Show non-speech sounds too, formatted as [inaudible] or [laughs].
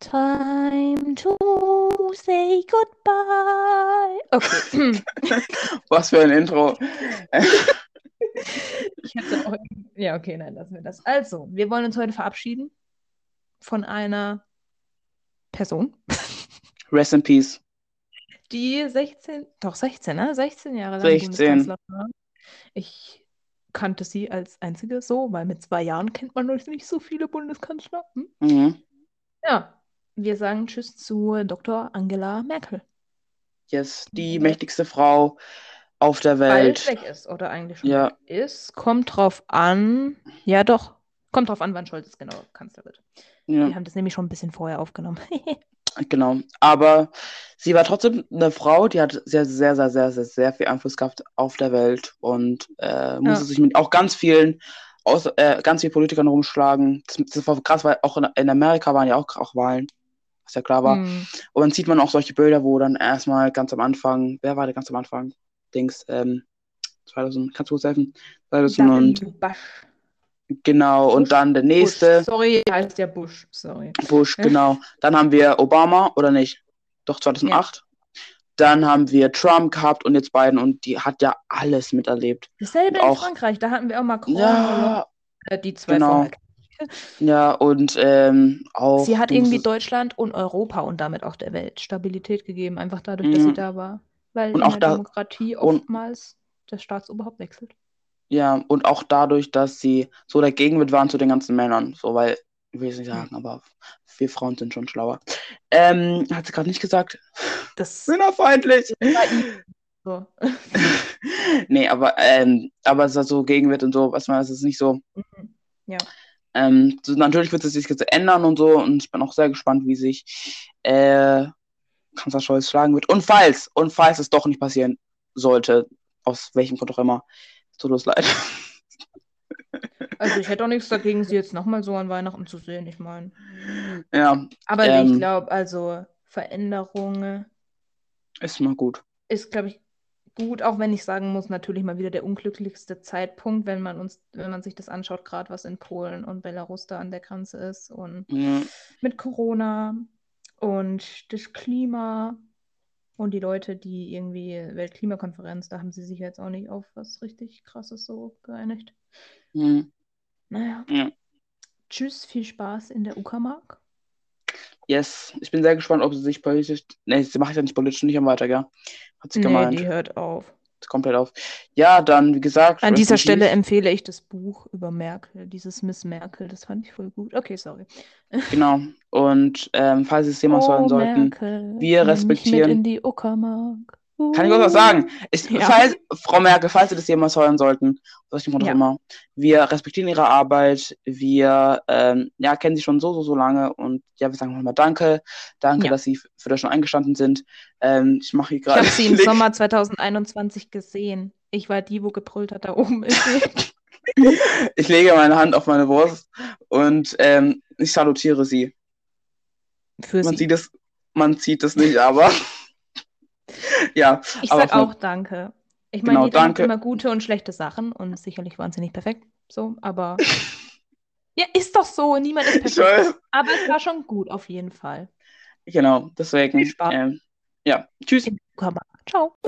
time to say goodbye. Okay. Was für ein Intro. [laughs] Ich hätte auch... Ja, okay, nein, lassen wir das. Also, wir wollen uns heute verabschieden von einer Person, [laughs] Rest in Peace. die 16, doch 16, ne? 16 Jahre lang 16. Bundeskanzlerin war. Ich kannte sie als einzige so, weil mit zwei Jahren kennt man noch nicht so viele Bundeskanzler. Hm? Mhm. Ja, wir sagen Tschüss zu Dr. Angela Merkel, Yes, die mächtigste Frau auf der weil Welt. es weg Mhm. ist oder eigentlich schon Ja. weg ist. Kommt drauf an, ja doch, kommt drauf an, wann Scholz genau Kanzler wird. Wir Ja, haben das nämlich schon ein bisschen vorher [laughs] aufgenommen. genau. Aber sie war trotzdem eine Frau, die hat sehr, sehr, sehr, sehr, sehr, sehr viel Einfluss gehabt auf der Welt und äh, musste Ja. sich mit auch ganz vielen, aus, äh, ganz vielen Politikern rumschlagen. Das, das war krass, weil auch in, in Amerika waren ja auch, auch Wahlen, was ja klar war. Hm. Und dann sieht man auch solche Bilder, wo dann erstmal ganz am Anfang, wer war der ganz am Anfang? Dings, ähm, 2000, kannst du kurz helfen? 2000 und, W. Bush. genau, Bush? und dann der nächste, Bush. Sorry, heißt ja Bush. Sorry. Bush, Ja. genau. Dann haben wir Obama, oder nicht? Doch, 2008. Dann haben wir Trump gehabt und jetzt Biden und die hat ja alles miterlebt. Dasselbe Und in auch- Frankreich, da hatten wir auch Macron. Ja, Hollande, Die zwei genau. vorher. ja, und ähm, auch. Sie hat du irgendwie musst- Deutschland und Europa und damit auch der Welt Stabilität gegeben, einfach dadurch, dass Ja. sie da war. Weil Mhm. Und in auch der da- Demokratie und- oftmals das Staatsoberhaupt wechselt. Ja, und auch dadurch, dass sie so dagegen mit waren zu den ganzen Männern. So, weil, ich will es nicht sagen, aber wir Frauen sind schon schlauer. Ähm, hat sie gerade nicht gesagt. Das Männerfeindlich! so. [laughs] nee, aber, ähm, aber es ist so Gegenwind und so, was man, es ist nicht so. Mhm. Ja. Ähm, so, natürlich wird es sich jetzt ändern und so, und ich bin auch sehr gespannt, wie sich äh, Kanzler Scholz schlagen wird. Und falls, und falls es doch nicht passieren sollte, aus welchem Grund auch immer, tut uns leid. [laughs] Also ich hätte auch nichts dagegen, sie jetzt nochmal so an Weihnachten zu sehen, ich meine. ja, Aber Ähm. ich glaube, also Veränderungen ist mal gut. ist, glaube ich, gut, auch wenn ich sagen muss, natürlich mal wieder der unglücklichste Zeitpunkt, wenn man uns, wenn man sich das anschaut, gerade was in Polen und Belarus da an der Grenze ist und Ja. mit Corona und das Klima und die Leute, die irgendwie Weltklimakonferenz, da haben sie sich jetzt auch nicht auf was richtig krasses so geeinigt. Mhm. Naja. Ja. Tschüss, viel Spaß in der Uckermark. Yes, ich bin sehr gespannt, ob sie sich politisch. Nee, sie macht ja nicht politisch nicht am weiter, gell? Hat sie gemeint. die hört auf. Ist Komplett auf. Ja, dann, wie gesagt. An rest dieser in Stelle peace. empfehle ich das Buch über Merkel, dieses Miss Merkel, das fand ich voll gut. Okay, sorry. Genau. Und ähm, falls es jemand hören sollten. Oh, Merkel, wir nimm mich mit respektieren- in die Uckermark. Uh. Kann ich kurz was sagen? Ich, Ja. falls, Frau Merkel, falls Sie das jemals hören sollten, was ich Ja. ja. immer, wir respektieren Ihre Arbeit, wir ähm, ja, kennen Sie schon so, so, so lange und ja, wir sagen nochmal Danke. Danke, Ja. dass Sie f- für das schon eingestanden sind. Ähm, ich mache hier Ich gerade. habe [laughs] sie im Link. Sommer 2021 gesehen. Ich war die, wo gebrüllt hat, da oben ist sie. [laughs] Ich lege meine Hand auf meine Brust und ähm, ich salutiere sie. Für Man sie. sieht es, man sieht es [laughs] nicht, aber [laughs] ja, Ich aber sag von- auch Danke. Ich meine, Genau, jeder macht danke. immer gute und schlechte Sachen und sicherlich waren sie nicht perfekt. So, [laughs] aber. ja, ist doch so. Niemand ist ich perfekt. weiß. Aber es war schon gut, auf jeden Fall. Genau, deswegen. Viel Spaß. Ähm, ja, tschüss. In Uckermark. Ciao.